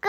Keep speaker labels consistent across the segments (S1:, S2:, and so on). S1: 哥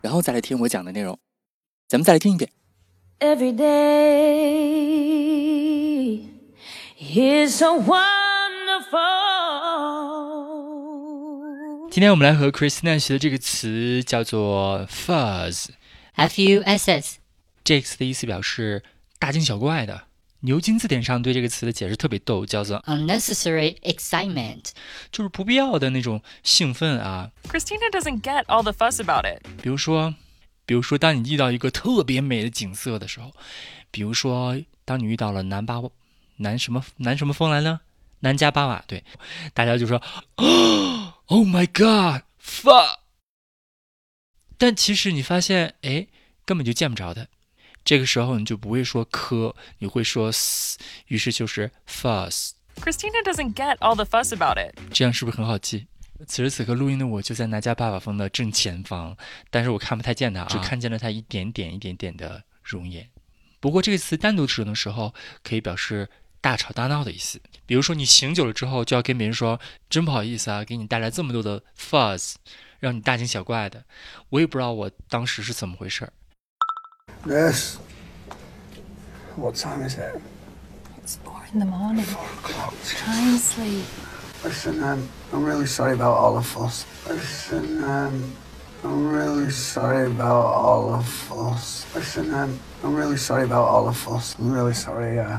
S2: 然后再来听我讲的内容。咱们再来听一遍。
S3: Every day is so wonderful.
S4: 今天我们来和 Christina 学的这个词叫做 fuss，
S5: F U S S
S4: 这个词的意思表示大惊小怪的。牛津字典上对这个词的解释特别逗，叫做
S5: unnecessary excitement.
S4: 就是不必要的那种兴奋啊。
S6: Christina doesn't get all the fuss about it.
S4: 比如说，比如说当你遇到一个特别美的景色的时候，比如说当你遇到了南巴南什么南什么风来呢？南迦巴瓦对，大家就说 Oh my God, fuck！但其实你发现，哎，根本就见不着它。这个时候你就不会说科，你会说 s，于是就是 fuss。
S6: Christina doesn't get all the fuss about it.
S4: 这样是不是很好记？此时此刻录音的我就在南迦爸爸峰的正前方，但是我看不太见他、啊只看见了他一点点、一点点的容颜。不过这个词单独使用的时候，可以表示大吵大闹的意思。比如说你醒酒了之后，就要跟别人说：“真不好意思啊，给你带来这么多的 fuzz，让你大惊小怪的。”我也不知道我当时是怎么回事儿。
S7: This. What time is it?
S8: It's four in the morning.
S7: Clock.
S8: Try and sleep.
S7: Listen, um, I'm really sorry about all the fuss. Listen, um, I'm really sorry about all the fuss. Listen, um, I'm really sorry about all the fuss. I'm really sorry. Uh,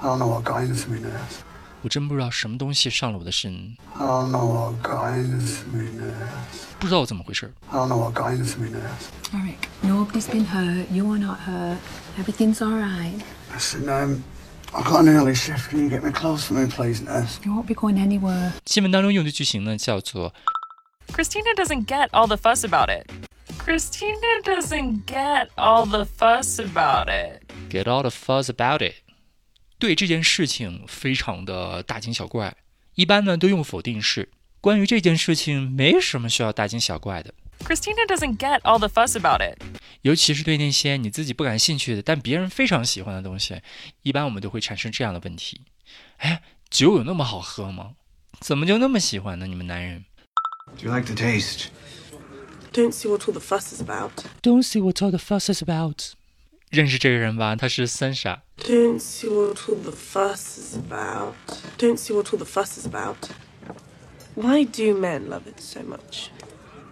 S7: I don't know what got into me, nurse.
S4: 我真不知道什么东西上了我的身，
S7: I don't know what got into me, nurse.
S4: 不知道我怎么回事儿。
S7: I don't know what got into me, nurse.
S8: Eric, nobody's been hurt. You are not hurt. Everything's all right.
S7: Listen, um, I've got an early shift. Can you get me clothes for me, please, nurse?
S8: You won't be going anywhere.
S4: 新闻当中用的句型呢，叫做
S6: Christina doesn't get all the fuss about it. Christina doesn't get all the fuss about it.
S4: Get all the fuss about it，对这件事情非常的大惊小怪。一般呢都用否定式，关于这件事情没什么需要大惊小怪的，
S6: Christina doesn't get all the fuss about it.
S4: 尤其是对那些你自己不感兴趣的，但别人非常喜欢的东西，一般我们都会产生这样的问题：哎，酒有那么好喝吗？怎么就那么喜欢呢？你们男人
S7: Do you like the taste?
S9: Don't see what all the fuss is about.
S4: ，Don't see what all the fuss is about。认识这个人吧，他是三傻。
S9: Don't see what all the fuss is about. Don't see what all the fuss is about. Why do men love it so much?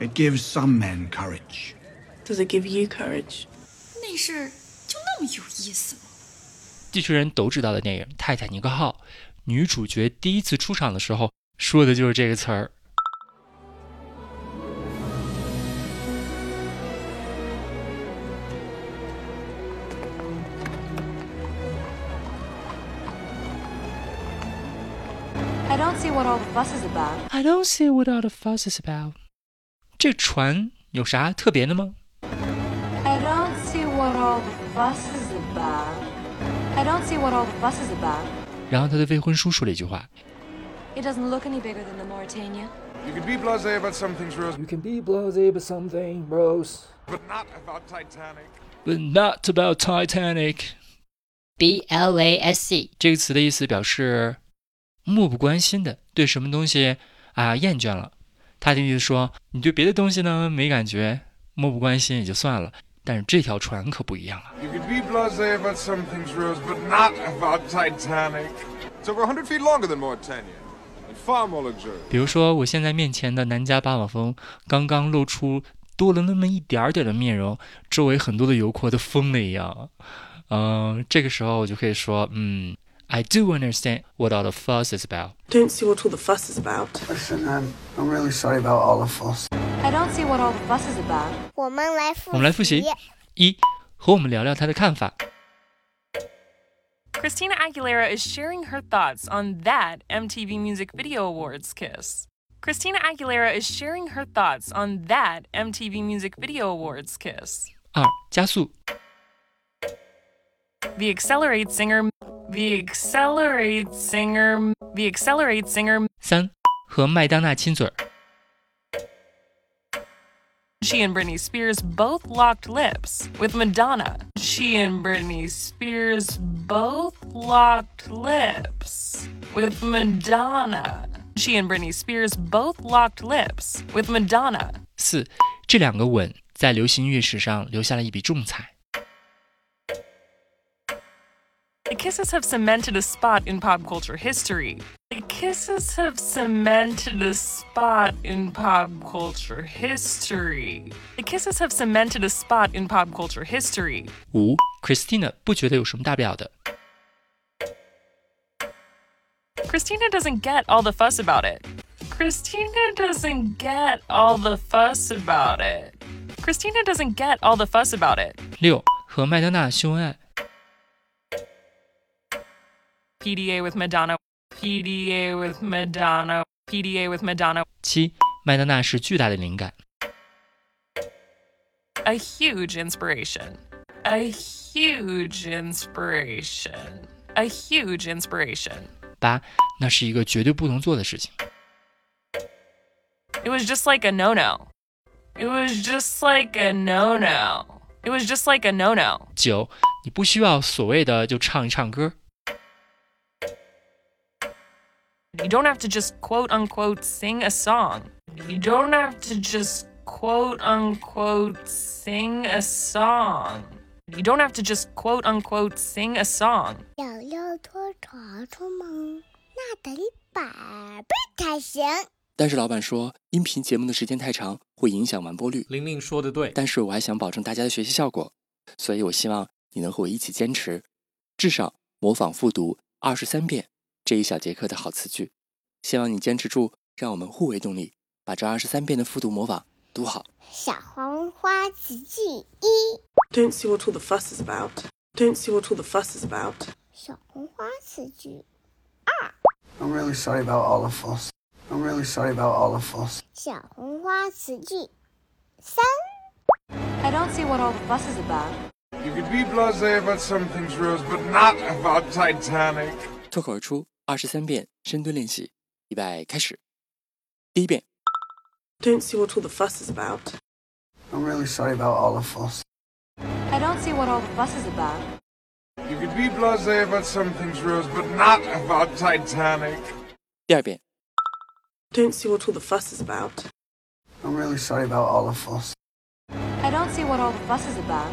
S7: It gives some men courage.
S9: Does it give you courage?
S10: 那事儿就那么有意思吗？
S4: 地球人都知道的电影《泰坦尼克号》，女主角第一次出场的时候说的就是这个词儿。
S11: I don't see what all the fuss is about.
S4: I don't see what all the fuss is about。这船有啥特别的吗？
S11: I don't see what all the fuss is about. I don't see what all the fuss is about.
S4: 然后他对未婚书说了一句话
S11: It doesn't look any bigger than the Mauritania.
S7: You could be blasé about some things, Rose. You can be blasé about something, Rose. But not about Titanic.
S4: ：“But not about Titanic。
S5: B L A S C ”
S4: 这个词的意思表示漠不关心的，对什么东西啊厌倦了。他的意思说，你对别的东西呢没感觉，漠不关心也就算了，但是这条船可不一样了。啊
S7: You could be blasé about some things, Rose, but not about Titanic. It's over 100 feet longer than Mauritania, and far more luxurious.
S4: 比如说，我现在面前的南迦巴瓦峰刚刚露出多了那么一点儿点儿的面容，周围很多的游客都疯了一样。嗯、这个时候我就可以说，嗯，I do understand what all the fuss is about。
S9: Don't see what all the fuss is about.
S7: Listen, um, I'm really sorry about all the fuss.
S11: I don't see what all the fuss is about.
S12: 我们来复
S4: 我们来复习一，和我们聊聊他的看法。
S6: Christina Aguilera is sharing her thoughts on that MTV Music Video Awards kiss. Christina Aguilera is sharing her thoughts on that MTV Music Video Awards kiss.
S4: 二加速。
S6: The Accelerate Singer. The Accelerate Singer. The Accelerate Singer.
S4: 三和麦当娜亲嘴儿。
S6: She and Britney Spears both locked lips with Madonna. She and Britney Spears both locked lips with Madonna. She and Britney Spears both locked lips with Madonna.
S4: 四这两个吻在流行音乐史上留下了一笔重彩。
S6: The kisses have cemented a spot in pop culture history. The kisses have cemented a spot in pop culture history. The kisses have cemented a spot in pop culture history.
S4: 五 Christina 不觉得有什么大不了的。
S6: Christina doesn't get all the fuss about it. Christina doesn't get all the fuss about it. Christina doesn't get all the fuss about it.
S4: 六和麦当娜秀恩爱。
S6: PDA with Madonna. PDA with Madonna. PDA with Madonna.
S4: 七麦当娜是巨大的灵感。
S6: A huge inspiration. A huge inspiration. A huge inspiration.
S4: 八那是一个绝对不能做的事情。
S6: It was just like a no no. It was just like a no no. It was just like a no no.
S4: 九你不需要所谓的就唱一唱歌。
S6: You don't have to just quote unquote sing a song. You don't have to just quote unquote sing a song. You don't have to just quote unquote sing a song.
S12: 脚要拖床床吗？那得一百倍才行。
S2: 但是老板说，音频节目的时间太长，会影响完播率。
S13: 玲玲说的对，
S2: 但是我还想保证大家的学习效果，所以我希望你能和我一起坚持，至少模仿复读二十三遍这一小节课的好词句。希望你坚持住，让我们互为动力，把这二十三遍的复读模仿读好。
S12: 小黄花词句一，
S9: Don't see what all the fuss is about. Don't see what all the fuss is about.
S12: 小红花词句，
S7: I'm really sorry about all of us. I'm really sorry about all of us.
S12: 小红花词句三，
S11: I don't see what all the fuss is about.
S14: You could be blasé about some things, Rose, but not about Titanic.
S2: 脱口而出二十三遍深蹲练习，预备开始。第一遍，
S9: Don't see what all the fuss is about.
S7: I'm really sorry about all of us.
S11: I don't see what all the fuss is about.
S14: You could be blasé about some things, Rose, but not about Titanic.
S2: 第二遍，
S9: Don't see what all the fuss is about.
S7: I'm really sorry about all of us.
S11: I don't see what all the fuss is about.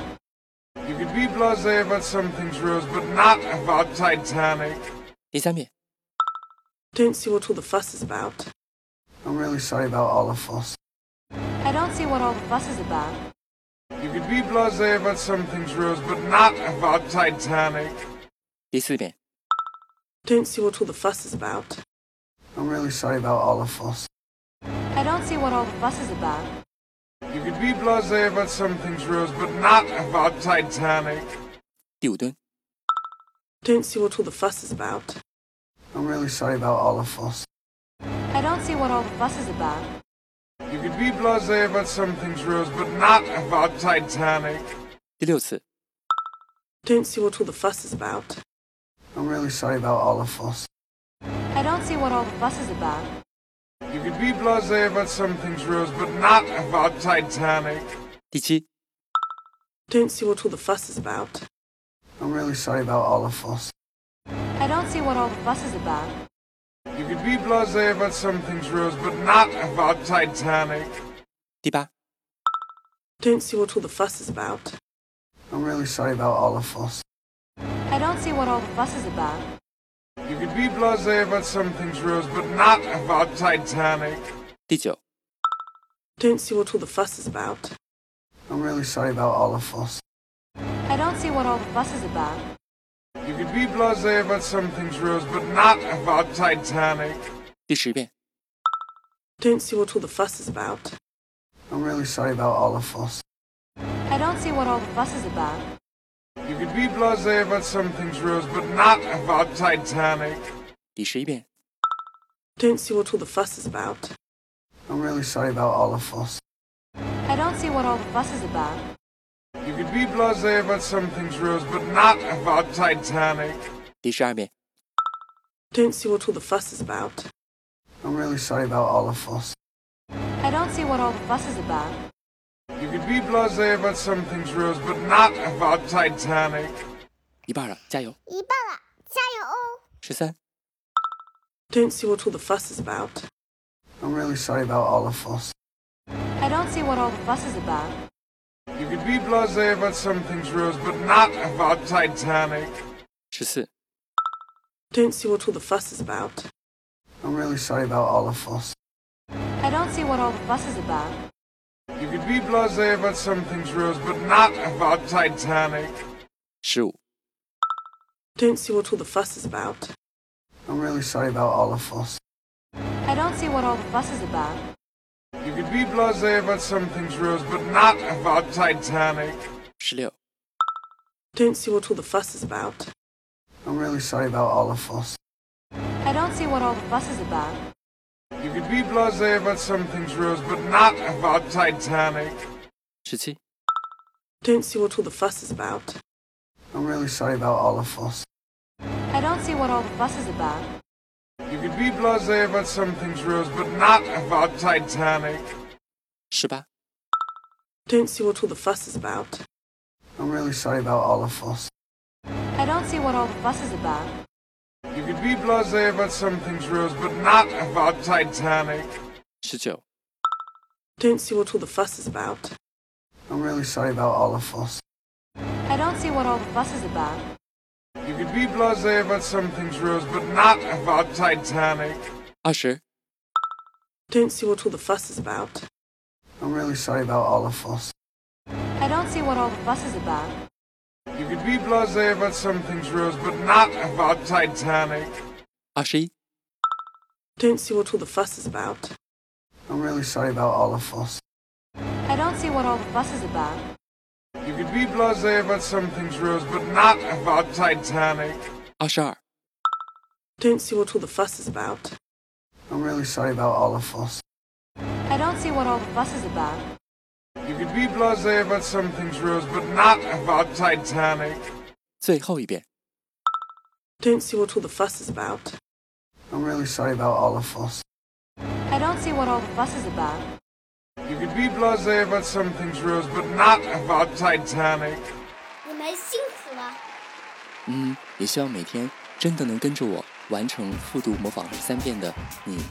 S14: You could be blasé about some things, Rose, but not about Titanic.
S2: 第三遍，
S9: Don't see what all the fuss is about.
S7: I'm really sorry about all of us.
S11: I don't see what all the fuss is about.
S14: You could be blasé about some things, Rose, but not about Titanic.
S2: 第四遍，
S9: Don't see what all the fuss is about.
S7: I'm really sorry about all of us.
S11: I don't see what all the fuss is about.
S14: You could be blasé about some things, Rose, but not about Titanic.
S2: 第五蹲，
S9: Don't see what all the fuss is about.
S7: I'm really sorry about all of us.
S11: I don't see what all the fuss is about.
S14: You could be blasé about some things, Rose, but not about Titanic.
S2: 第六次，
S9: Don't see what all the fuss is about.
S7: I'm really sorry about all of us.
S11: I don't see what all the fuss is about.
S14: You could be blasé about some things, Rose, but not about Titanic.
S2: 第七，
S9: Don't see what all the fuss is about.
S7: I'm really sorry about all of us.
S11: I don't see what all the fuss is about.
S14: You could be blasé about some things, Rose, but not about Titanic.
S2: 第八，
S9: Don't see what all the fuss is about.
S7: I'm really sorry about all of us.
S11: I don't see what all the fuss is about.
S14: You could be blasé about some things, Rose, but not about Titanic.
S2: 第九，
S9: Don't see what all the fuss is about.
S7: I'm really sorry about all of us.
S11: I don't see what all the fuss is about.
S14: You could be blasé about some things, Rose, but not about Titanic.
S2: 第十遍，
S9: Don't see what all the fuss is about.
S7: I'm really sorry about all of us.
S11: I don't see what all the fuss is about.
S14: You could be blasé about some things, Rose, but not about Titanic.
S2: 第十一遍，
S9: Don't see what all the fuss is about.
S7: I'm really sorry about all of us.
S11: I don't see what all the fuss is about.
S14: You could be blasé about some things, Rose, but not about Titanic.
S2: 第十二遍，
S9: Don't see what all the fuss is about.
S7: I'm really sorry about all of us.
S11: I don't see what all the fuss is about.
S14: You could be blasé about some things, Rose, but not about Titanic.
S2: 一半了，加油！
S12: 一半了，加油哦！
S2: 十三、
S9: Don't see what all the fuss is about.
S7: I'm really sorry about all of us.
S11: I don't see what all the fuss is about.
S14: You could be blasé about some things, Rose, but not about Titanic.
S2: 十四、
S9: Don't see what all the fuss is about.
S7: I'm really sorry about all of us.
S11: I don't see what all the fuss is about.
S14: You could be blasé about some things, Rose, but not about Titanic.
S2: 十五、
S9: Don't see what all the fuss is about.
S7: I'm really sorry about all of us.
S11: I don't see what all the fuss is about.
S14: You could be blasé about some things, Rose, but not about Titanic.
S2: 十六、
S9: Don't see what all the fuss is about.
S7: I'm really sorry about all of us.
S11: I don't see what all the fuss is about.
S14: You could be blasé about some things, Rose, but not about Titanic.
S2: 十七、
S9: Don't see what all the fuss is about.
S7: I'm really sorry about all of us.
S11: I don't see what all the fuss is about.
S14: You could be blasé about some things, Rose, but not about Titanic.
S2: 十八、
S9: Don't see what all the fuss is about.
S7: I'm really sorry about all of us.
S11: I don't see what all the fuss is about.
S14: You could be blasé about some things, Rose, but not about Titanic.
S2: 十九、
S9: Don't see what all the fuss is about.
S7: I'm really sorry about all of us.
S11: I don't see what all the fuss is about.
S14: You could be blasé about some things, Rose, but not about Titanic.
S2: 二十、
S9: Don't see what all the fuss is about.
S7: I'm really sorry about all of us.
S11: I don't see what all the fuss is about.
S14: You could be blasé about some things, Rose, but not about Titanic.
S2: 二十一、
S9: Don't see what all the fuss is about.
S7: I'm really sorry about all of us.
S11: I don't see what all the fuss is about.
S14: You could be blasé about some things, Rose, but not about Titanic.
S2: 二十二、
S9: Don't see what all the fuss is about.
S7: I'm really sorry about all of us.
S11: I don't see what all the fuss is about.
S14: You could be blasé about some things, Rose, but not about Titanic.
S2: 最后一遍，
S9: Don't see what all the fuss is about.
S7: I'm really sorry about all of us.
S11: I don't see what all the fuss is about.
S14: You could be blasé about some things, Rose, but not about Titanic.
S12: 你们辛苦了。
S2: 嗯，也希望每天真的能跟着我完成复读模仿三遍的你，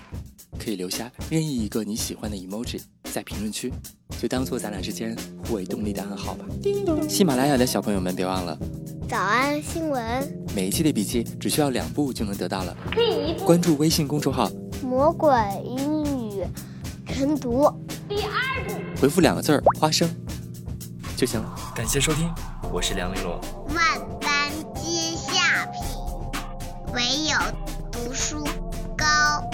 S2: 可以留下任意一个你喜欢的 emoji 在评论区，就当做咱俩之间互为动力的暗号吧。喜马拉雅的小朋友们，别忘了
S12: 早安新闻，
S2: 每一期的笔记只需要两步就能得到了。
S1: 可以一步
S2: 关注微信公众号，
S12: 魔鬼英语晨读。
S1: 第二步。
S2: 回复两个字儿“花生”就行了。感谢收听，我是梁丽罗。
S12: 万般皆下品，唯有读书高。
S3: Oh, oh.